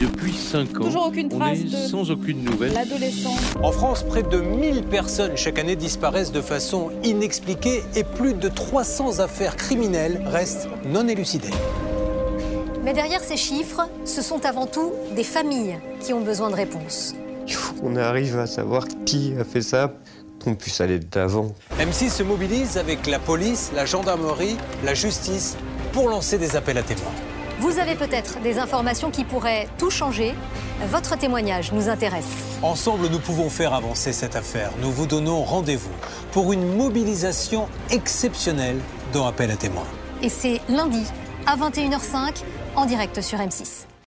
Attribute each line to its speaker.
Speaker 1: depuis 5 ans,
Speaker 2: Toujours aucune
Speaker 1: on
Speaker 2: trace
Speaker 1: est
Speaker 2: de-
Speaker 1: sans aucune nouvelle.
Speaker 2: L'adolescent.
Speaker 3: En France, près de 1000 personnes chaque année disparaissent de façon inexpliquée et plus de 300 affaires criminelles restent non élucidées.
Speaker 4: Mais derrière ces chiffres, ce sont avant tout des familles qui ont besoin de réponses.
Speaker 5: On arrive à savoir qui a fait ça, qu'on puisse aller d'avant.
Speaker 3: M6 se mobilise avec la police, la gendarmerie, la justice pour lancer des appels à témoins.
Speaker 4: Vous avez peut-être des informations qui pourraient tout changer. Votre témoignage nous intéresse.
Speaker 3: Ensemble, nous pouvons faire avancer cette affaire. Nous vous donnons rendez-vous pour une mobilisation exceptionnelle dans Appel à témoins.
Speaker 4: Et c'est lundi à 21h05 en direct sur M6.